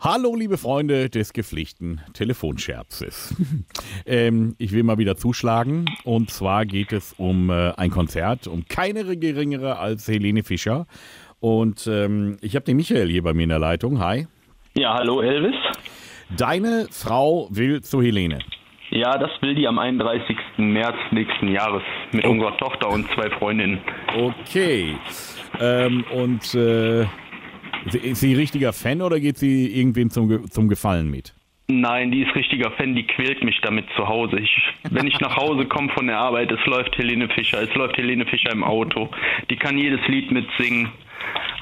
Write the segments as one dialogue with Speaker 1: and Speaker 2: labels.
Speaker 1: Hallo, liebe Freunde des gepflichten Telefonscherzes. ähm, ich will mal wieder zuschlagen. Und zwar geht es um äh, ein Konzert, um keine geringere als Helene Fischer. Und ähm, ich habe den Michael hier bei mir in der Leitung. Hi.
Speaker 2: Ja, hallo Elvis.
Speaker 1: Deine Frau will zu Helene.
Speaker 2: Ja, das will die am 31. März nächsten Jahres
Speaker 1: Oh.
Speaker 2: mit unserer Tochter und zwei Freundinnen.
Speaker 1: Okay. Ähm, und äh, ist sie richtiger Fan oder geht sie irgendwem zum, Ge- zum Gefallen mit?
Speaker 2: Nein, die ist richtiger Fan, die quält mich damit zu Hause. Ich, wenn ich nach Hause komme von der Arbeit, es läuft Helene Fischer, es läuft Helene Fischer im Auto. Die kann jedes Lied mitsingen.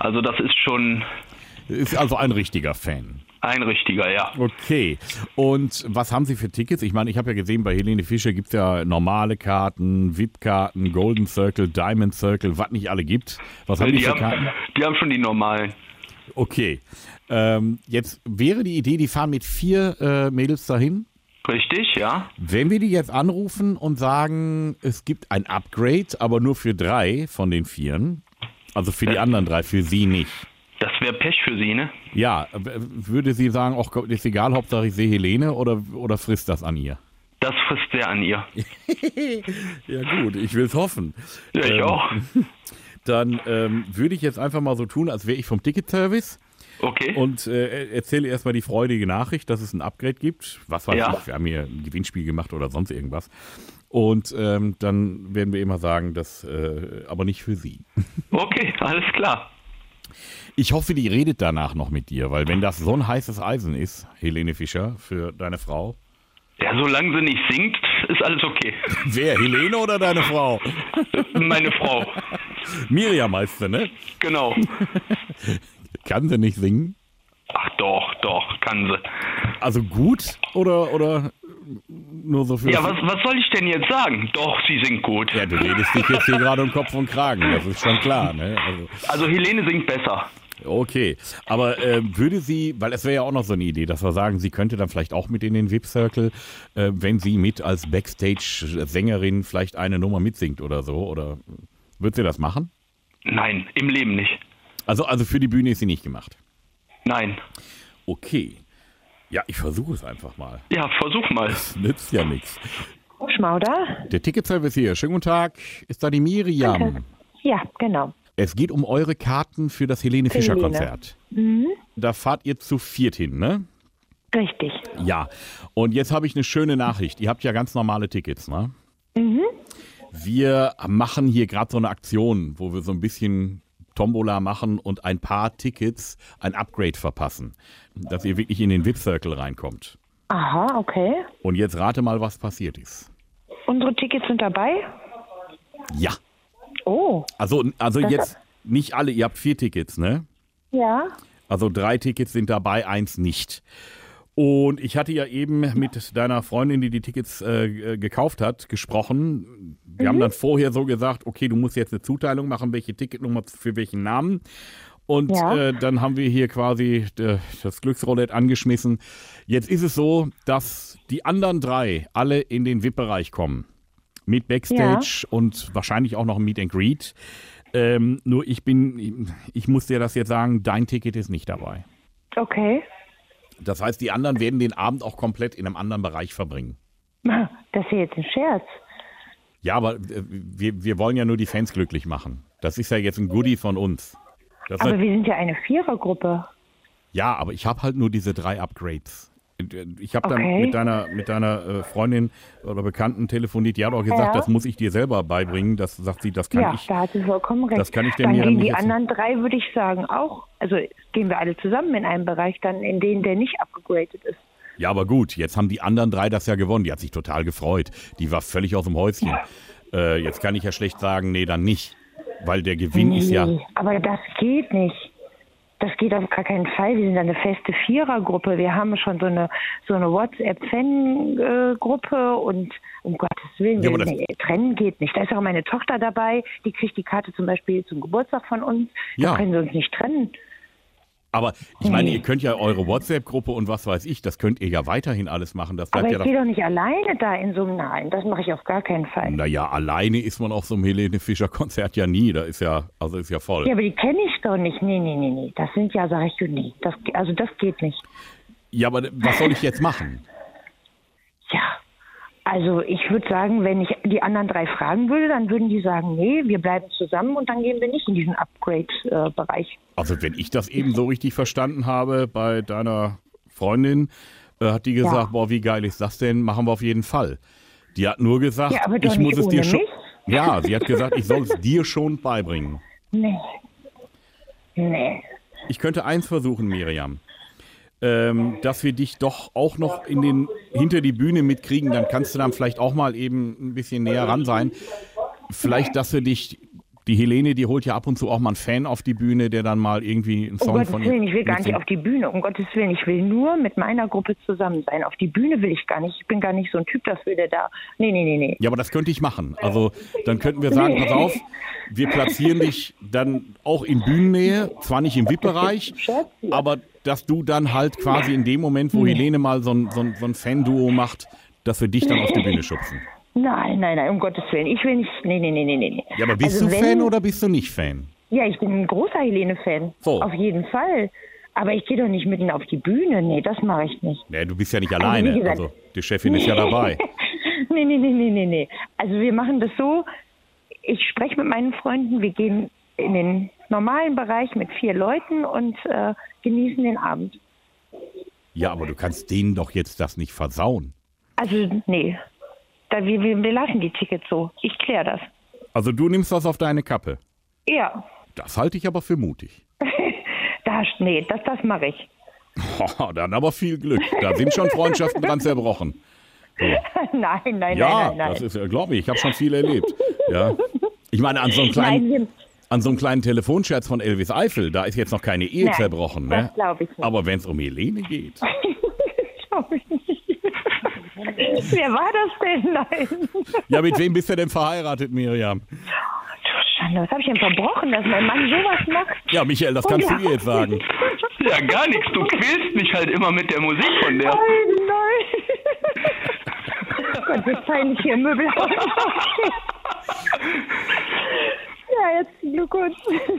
Speaker 2: Also das ist schon
Speaker 1: Ist also ein richtiger Fan.
Speaker 2: ein richtiger, ja.
Speaker 1: Okay. Und was haben Sie für Tickets? Ich meine, ich habe ja gesehen, bei Helene Fischer gibt es ja normale Karten, VIP-Karten, Golden Circle, Diamond Circle, was nicht alle gibt. Was haben die,
Speaker 2: Die
Speaker 1: für Karten?
Speaker 2: haben, die haben schon die normalen.
Speaker 1: Okay. Ähm, jetzt wäre die Idee, die fahren mit vier äh, Mädels dahin.
Speaker 2: Richtig, ja.
Speaker 1: Wenn wir die jetzt anrufen und sagen, es gibt ein Upgrade, aber nur für drei von den Vieren, also für die anderen drei, für Sie nicht.
Speaker 2: Das wäre Pech für sie, ne?
Speaker 1: Ja, w- würde sie sagen, ach Gott, ist egal, Hauptsache ich sehe Helene oder, oder frisst das an ihr?
Speaker 2: Das frisst sehr an ihr.
Speaker 1: Ja gut, ich will es hoffen.
Speaker 2: Ja, ich
Speaker 1: Ähm,
Speaker 2: auch.
Speaker 1: Dann ähm, würde ich jetzt einfach mal so tun, als wäre ich vom Ticketservice
Speaker 2: Okay.
Speaker 1: und äh, erzähle erstmal die freudige Nachricht, dass es ein Upgrade gibt. Was weiß
Speaker 2: Ja.
Speaker 1: ich, wir haben hier ein Gewinnspiel gemacht oder sonst irgendwas. Und ähm, dann werden wir immer sagen, dass, äh, aber nicht für sie.
Speaker 2: Okay, alles klar.
Speaker 1: Ich hoffe, die redet danach noch mit dir, weil wenn das so ein heißes Eisen ist, Helene Fischer, für deine Frau.
Speaker 2: Ja, solange sie nicht singt, ist alles okay.
Speaker 1: Wer, Helene oder deine Frau?
Speaker 2: Meine Frau.
Speaker 1: Miriam heißt sie, ne?
Speaker 2: Genau.
Speaker 1: Kann sie nicht singen?
Speaker 2: Ach doch, doch, kann sie.
Speaker 1: Also gut oder, oder nur so für
Speaker 2: Ja, was, was soll ich denn jetzt sagen? Doch, sie singt gut.
Speaker 1: Ja, du redest dich jetzt hier gerade um Kopf und Kragen, das ist schon klar. Ne? Also,
Speaker 2: Also Helene singt besser.
Speaker 1: okay, aber ähm, würde sie, weil es wäre ja auch noch so eine Idee, dass wir sagen, sie könnte dann vielleicht auch mit in den VIP-Circle, äh, wenn sie mit als Backstage-Sängerin vielleicht eine Nummer mitsingt oder so, oder wird sie das machen?
Speaker 2: Nein, im Leben nicht.
Speaker 1: Also, also für die Bühne ist sie nicht gemacht.
Speaker 2: Nein.
Speaker 1: Okay. Ja, ich versuche es einfach mal.
Speaker 2: Ja, versuch mal.
Speaker 1: Das nützt ja nichts.
Speaker 3: Schmauder?
Speaker 1: Der Ticketservice hier. Schönen guten Tag. Ist da die Miriam?
Speaker 3: Ja, genau.
Speaker 1: Es geht um eure Karten für das Helene Mhm. Fischer Konzert. Da fahrt ihr zu viert hin, ne?
Speaker 3: Richtig.
Speaker 1: Ja. Und jetzt habe ich eine schöne Nachricht. Ihr habt ja ganz normale Tickets, ne? Wir machen hier gerade so eine Aktion, wo wir so ein bisschen Tombola machen und ein paar Tickets ein Upgrade verpassen, dass ihr wirklich in den VIP-Circle reinkommt.
Speaker 3: Aha, okay.
Speaker 1: Und jetzt rate mal, was passiert ist.
Speaker 3: Unsere Tickets sind dabei?
Speaker 1: Ja.
Speaker 3: Oh.
Speaker 1: Also, also
Speaker 3: Das-
Speaker 1: jetzt nicht alle, ihr habt vier Tickets, ne?
Speaker 3: Ja.
Speaker 1: Also drei Tickets sind dabei, eins nicht. Und ich hatte ja eben mit deiner Freundin, die die Tickets äh, g- gekauft hat, gesprochen. Wir haben dann vorher so gesagt, okay, du musst jetzt eine Zuteilung machen, welche Ticketnummer für welchen Namen. Und
Speaker 3: Ja.
Speaker 1: äh, dann haben wir hier quasi äh, das Glücksroulette angeschmissen. Jetzt ist es so, dass die anderen drei alle in den VIP-Bereich kommen. Mit Backstage und wahrscheinlich auch noch ein Meet and Greet. Ähm, nur ich bin, ich muss dir das jetzt sagen, dein Ticket ist nicht dabei.
Speaker 3: Okay.
Speaker 1: Das heißt, die anderen werden den Abend auch komplett in einem anderen Bereich verbringen.
Speaker 3: Das ist jetzt ein Scherz.
Speaker 1: Ja, aber äh, wir, wir wollen ja nur die Fans glücklich machen. Das ist ja jetzt ein Goodie von uns. Das ist
Speaker 3: Aber
Speaker 1: halt-
Speaker 3: wir sind ja eine Vierergruppe.
Speaker 1: ja, aber ich habe halt nur diese drei Upgrades. Und, äh, Ich habe dann
Speaker 3: Okay.
Speaker 1: mit deiner, mit deiner äh, Freundin oder Bekannten telefoniert. Die hat auch gesagt,
Speaker 3: Ja.
Speaker 1: das muss ich dir selber beibringen. Das sagt sie, das kann
Speaker 3: ja,
Speaker 1: ich.
Speaker 3: da hat sie vollkommen recht.
Speaker 1: das kann ich der
Speaker 3: dann
Speaker 1: Miriam
Speaker 3: gehen
Speaker 1: nicht
Speaker 3: die
Speaker 1: erzählen.
Speaker 3: anderen drei, würde ich sagen, auch. Also gehen wir alle zusammen in einen Bereich, dann in den, der nicht abgegradet ist.
Speaker 1: Ja, aber gut, jetzt haben die anderen drei das ja gewonnen. Die hat sich total gefreut. Die war völlig aus dem Häuschen. Äh, jetzt kann ich ja schlecht sagen, nee, dann nicht. Weil der Gewinn ist ja.
Speaker 3: Nee, Aber das geht nicht. Das geht auf gar keinen Fall. Wir sind eine feste Vierergruppe. Wir haben schon so eine, so eine WhatsApp-Fan-Gruppe und um Gottes Willen,
Speaker 1: Ja, aber
Speaker 3: wir-
Speaker 1: das-
Speaker 3: nee, trennen geht nicht. Da ist auch meine Tochter dabei. Die kriegt die Karte zum Beispiel zum Geburtstag von uns.
Speaker 1: Ja.
Speaker 3: Da können sie uns nicht trennen.
Speaker 1: Aber ich meine, ihr könnt ja eure WhatsApp-Gruppe und was weiß ich, das könnt ihr ja weiterhin alles machen. Das bleibt
Speaker 3: Aber
Speaker 1: ja
Speaker 3: ich
Speaker 1: doch-
Speaker 3: gehe doch nicht alleine da in so einem Nein, das mache ich auf gar keinen Fall.
Speaker 1: Naja, alleine ist man auf so einem Helene Fischer-Konzert ja nie. Da ist ja, also ist ja voll.
Speaker 3: Ja, aber die kenne ich doch nicht. Nee, nee, nee, nee. Das sind ja, sag ich, nee. Das, also das geht nicht.
Speaker 1: Ja, aber was soll ich jetzt machen?
Speaker 3: Ja. Also ich würde sagen, wenn ich die anderen drei fragen würde, dann würden die sagen, nee, wir bleiben zusammen und dann gehen wir nicht in diesen äh, Upgrade-Bereich.
Speaker 1: Also, wenn ich das eben so richtig verstanden habe bei deiner Freundin, äh, hat die gesagt,
Speaker 3: Ja.
Speaker 1: boah, wie geil ist das denn? Machen wir auf jeden Fall. Die hat nur gesagt,
Speaker 3: Ja, aber doch
Speaker 1: ich muss
Speaker 3: nicht
Speaker 1: es dir
Speaker 3: ohne
Speaker 1: schon.
Speaker 3: mich.
Speaker 1: Ja, sie hat gesagt, ich soll es dir schon beibringen.
Speaker 3: nee. Nee.
Speaker 1: Ich könnte eins versuchen, Miriam. Ähm, dass wir dich doch auch noch in den, hinter die Bühne mitkriegen, dann kannst du dann vielleicht auch mal eben ein bisschen näher ran sein. Vielleicht, dass wir dich, die Helene, die holt ja ab und zu auch mal einen Fan auf die Bühne, der dann mal irgendwie einen
Speaker 3: Um
Speaker 1: Song
Speaker 3: Gottes
Speaker 1: von
Speaker 3: Willen, ich will gar nicht
Speaker 1: mitsingt.
Speaker 3: auf die Bühne. Um Gottes Willen, ich will nur mit meiner Gruppe zusammen sein. Auf die Bühne will ich gar nicht. Ich bin gar nicht so ein Typ dafür, der da. Nee, nee, nee, nee.
Speaker 1: Ja, aber das könnte ich machen. Also dann könnten wir sagen,
Speaker 3: Nee.
Speaker 1: pass auf, wir platzieren dich dann auch in Bühnennähe, zwar nicht im VIP-Bereich, aber dass du dann halt quasi in dem Moment, wo Helene mal so ein, so ein, so ein Fan-Duo macht, dass wir dich dann auf die Bühne schubsen.
Speaker 3: Nein, nein, nein, um Gottes Willen. Ich will nicht. Nee, nee, nee, nee, nee, nee.
Speaker 1: Ja, aber bist
Speaker 3: Also
Speaker 1: du
Speaker 3: wenn-
Speaker 1: Fan oder bist du nicht Fan?
Speaker 3: Ja, ich bin ein großer Helene-Fan.
Speaker 1: So.
Speaker 3: Auf jeden Fall. Aber ich gehe doch nicht mitten auf die Bühne. Nee, das mache ich nicht.
Speaker 1: Nee, du bist ja nicht
Speaker 3: wie
Speaker 1: alleine.
Speaker 3: gesagt-
Speaker 1: Also die Chefin ist ja dabei.
Speaker 3: nee, nee, nee, nee, nee, nee. Also wir machen das so, ich spreche mit meinen Freunden, wir gehen in den normalen Bereich mit vier Leuten und äh, genießen den Abend.
Speaker 1: Ja, aber du kannst denen doch jetzt das nicht versauen.
Speaker 3: Also nee, da, wir, wir, wir lassen die Tickets so. Ich kläre das.
Speaker 1: Also du nimmst das auf deine Kappe.
Speaker 3: Ja,
Speaker 1: Das halte ich aber für mutig.
Speaker 3: das, nee, das, das mache ich.
Speaker 1: Hoho, dann aber viel Glück. Da sind schon Freundschaften dran zerbrochen.
Speaker 3: nein, nein,
Speaker 1: Ja,
Speaker 3: nein, nein,
Speaker 1: das
Speaker 3: nein.
Speaker 1: ist, glaube ich, ich habe schon viel erlebt. Ja. Ich meine, an so einem kleinen,
Speaker 3: Nein, wir-
Speaker 1: an so einem kleinen Telefonscherz von Elvis Eifel, da ist jetzt noch keine Ehe
Speaker 3: Nein,
Speaker 1: zerbrochen.
Speaker 3: das
Speaker 1: Ne?
Speaker 3: glaub ich nicht.
Speaker 1: Aber wenn es um Helene geht.
Speaker 3: Glaub ich nicht. Wer war das denn? Nein.
Speaker 1: Ja, mit wem bist du denn verheiratet, Miriam?
Speaker 3: Du Schande, was habe ich denn verbrochen, dass mein Mann sowas macht?
Speaker 1: Ja, Michael, das kannst
Speaker 3: Oh ja.
Speaker 1: du ihr jetzt sagen.
Speaker 2: Ja, gar nichts. Du quälst mich halt immer mit der Musik von der.
Speaker 3: Nein, nein. oh Gott, wie peinlich hier im Möbelhaus. ja, jetzt Glückwunsch.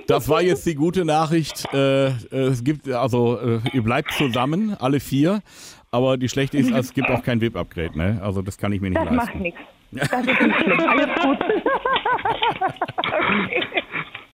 Speaker 1: Das war jetzt die gute Nachricht. Äh, äh, es gibt, also, äh, ihr bleibt zusammen, alle vier. Aber die schlechte ist, es gibt auch kein VIP-Upgrade, ne? Also, das kann ich mir nicht
Speaker 3: Das
Speaker 1: leisten.
Speaker 3: macht nichts. Das ist nicht schlimm. Alles gut. okay.